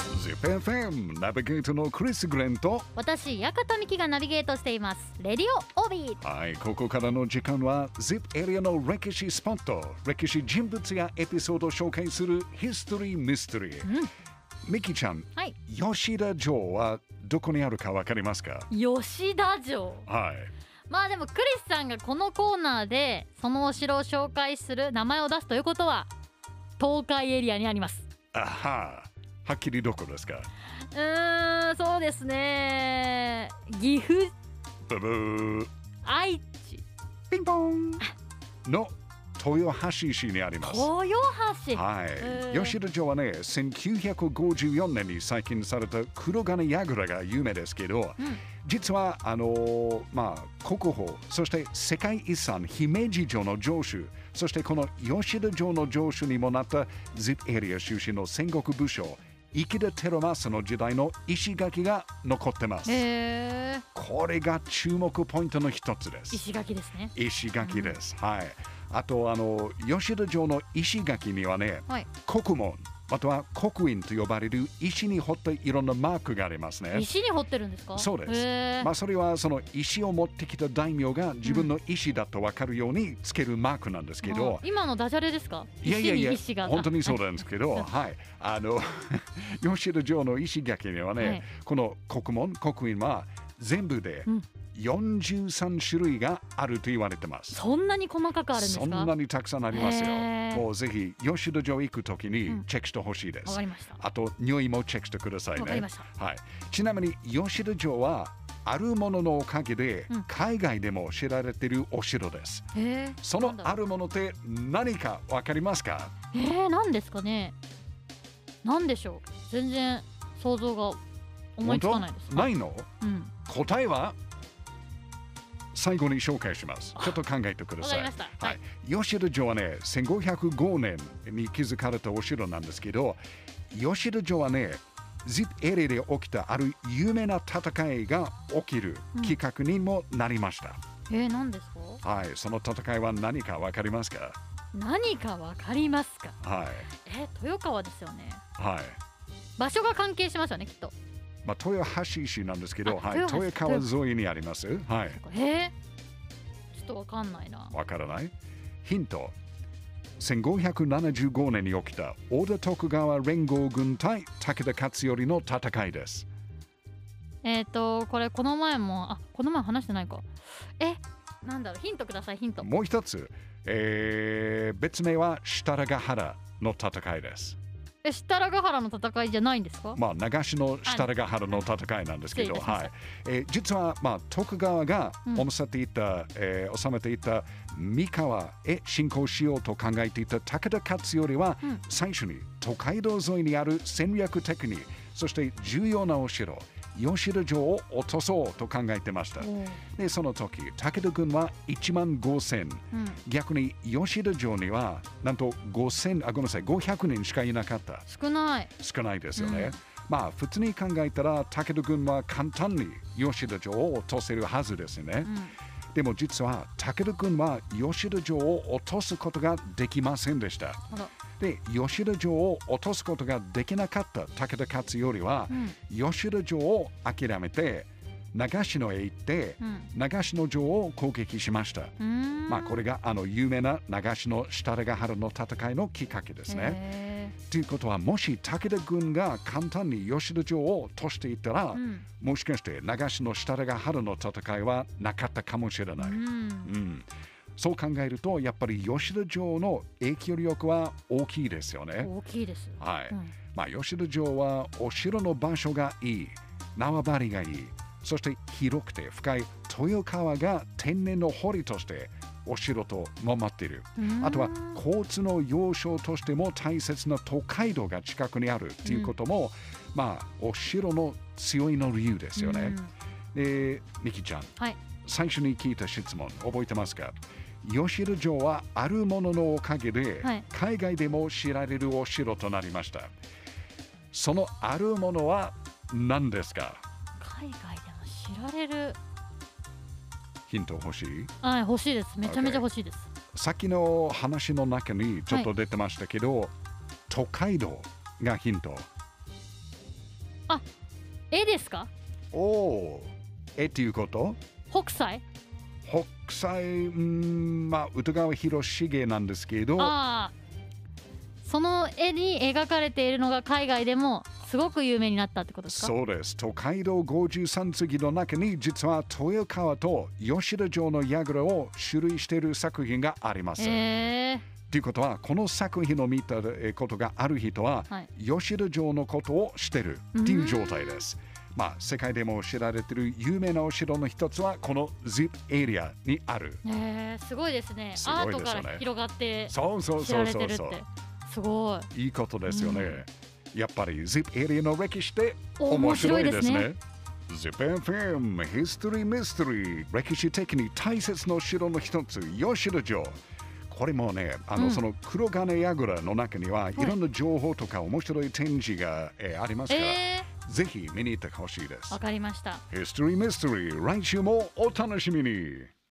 ZIPFM ナビゲートのクリス・グレンと私館美希がナビゲートしていますレディオオビはいここからの時間は ZIP エリアの歴史スポット歴史人物やエピソードを紹介するヒストリー・ミステリー、ミキちゃんはい吉田城はどこにあるかわかりますか吉田城はいまあでもクリスさんがこのコーナーでそのお城を紹介する名前を出すということは東海エリアにありますあははっきりどこですかうーんそうですね岐阜ブブー愛知ピンポンの豊橋市にあります豊橋はえい、ー吉田城はね、1954年に再建された黒金櫓が有名ですけど、うん実はあのーまあ、国宝、そして世界遺産、姫路城の城主、そしてこの吉田城の城主にもなった ZIP エリア出身の戦国武将、池田寺正の時代の石垣が残ってます。へーこれが注目ポイントの一つです。石垣ですね石垣です。はい。あとあの吉田城の石垣にはね、はい国門または刻印と呼ばれる石に彫ったいろんなマークがありますね。石に掘ってるんですかそうですへーまあそれはその石を持ってきた大名が自分の石だと分かるようにつけるマークなんですけど、あ今のダジャレですかいやいやいや石に石が本当にそうなんですけ ど、はい、あの 吉田城の石垣にはね、はいこの国門刻印は全部でうん43種類があると言われてます。そんなに細かくあるんですかそんなにたくさんありますよ。へーもうぜひ、吉田城行くときうにんチェックしてほしいでわす。かりましたあと、匂いもチェックしてくださいね。わかりましたはい、ちなみに、吉田城は、あるもののおかげでうん、海外でも知られているお城です。へーそなのんだろうあるものって何かわかりますかえー、何ですかね何でしょう全然想像が思いつかないです本当ないのうん答えは最後に紹介します。ちょっと考えてくだわさい。かりましたはい、吉田城はね、1505年に築かれたお城なんですけど、吉田城はね、ZIP エリアで起きたある有名な戦いが起きるうん企画にもなりました。えー、何ですかはい、その戦いは何かわかりますか何かわかりますかはい、えー、豊川ですよねはい。場所が関係しますよねきっとまあ、豊橋市なんですけど、あはい、豊橋豊川沿いにあります。はい、えー、ちょっとわかんないなわからないヒント。1575年に起きた織田徳川連合軍対武田勝頼の戦いです。えっ、ー、とこれこの前もあこの前話してないかえなんだろうヒントくださいヒントもう一つ、えー別名は設楽原の戦いです。え設楽原の戦いじゃないんですかまあ、流しの設楽原の戦いなんですけど、失礼いたしましはたいえー実は、まあ、徳川がうん治めていた、えー治めていた三河へ侵攻しようと考えていた武田勝頼は、うん最初に都街道沿いにある戦略的にそして重要なお城吉田城を落とそうと考えてましたお。ーでその時武田軍は1万5000。うん逆に吉田城にはなんと5000あごめんなさい500人しかいなかった少ない少ないですよね、まあ普通に考えたら武田軍は簡単に吉田城を落とせるはずですね、うんでも実は武田軍は吉田城を落とすことができませんでしたほらで吉田城を落とすことができなかった武田勝頼はう、ん吉田城を諦めて長篠へ行ってうん長篠城を攻撃しました、うーんまあ、これがあの有名な長篠設楽原の戦いのきっかけですね。ね。ということはもし武田軍が簡単に吉田城を落としていったら、うん。もしかして長篠設楽原の戦いはなかったかもしれうない。ん。うんそう考えるとやっぱり吉田城の影響力は大きいですよね。大きいです。はいうんまあ、吉田城はお城の場所がいい縄張りがいいそして広くて深い豊川が天然の堀としてお城と守っているうんあとは交通の要衝としても大切な東海道が近くにあるということも、まあお城の強いの理由ですよね。でミキちゃんはい。最初に聞いた質問覚えてますか吉田城はあるもののおかげで、はい海外でも知られるお城となりましたそのあるものは何ですか海外でも知られる。ヒント欲しいはい、欲しいです。めちゃめちゃ欲しいです。さっきの話の中にちょっと出てましたけど、都会道がヒント絵ですかおおー、えっていうこと北斎北斎、うんまあ、歌川広重なんですけど、ああその絵に描かれているのが海外でもすごく有名になったってことですかそうです。都会道53次の中に実は豊川と吉田城の櫓を種類している作品があります。えということはこの作品を見たえーことがある人は、はい吉田城のことを知ってるっていう状態です。まあ、世界でも知られている有名なお城の一つはこの ZIP エリアにある。ー、えー、すごいですねすアごいーでトすよねから広がってそうそう知そらうれそてうるっそてすごう。い。いいことですよね。やっぱり ZIP エリアの歴史って面白いですね。ZIPFM History Mystery 歴史的に大切な城の一つ吉田城これもねあの、うんその黒金櫓の中にはいいろんな情報とか面白い展示が、えーありますから、えぜひ見に行ってほしいでー、わすかりました。 History Mystery 来週もお楽しみに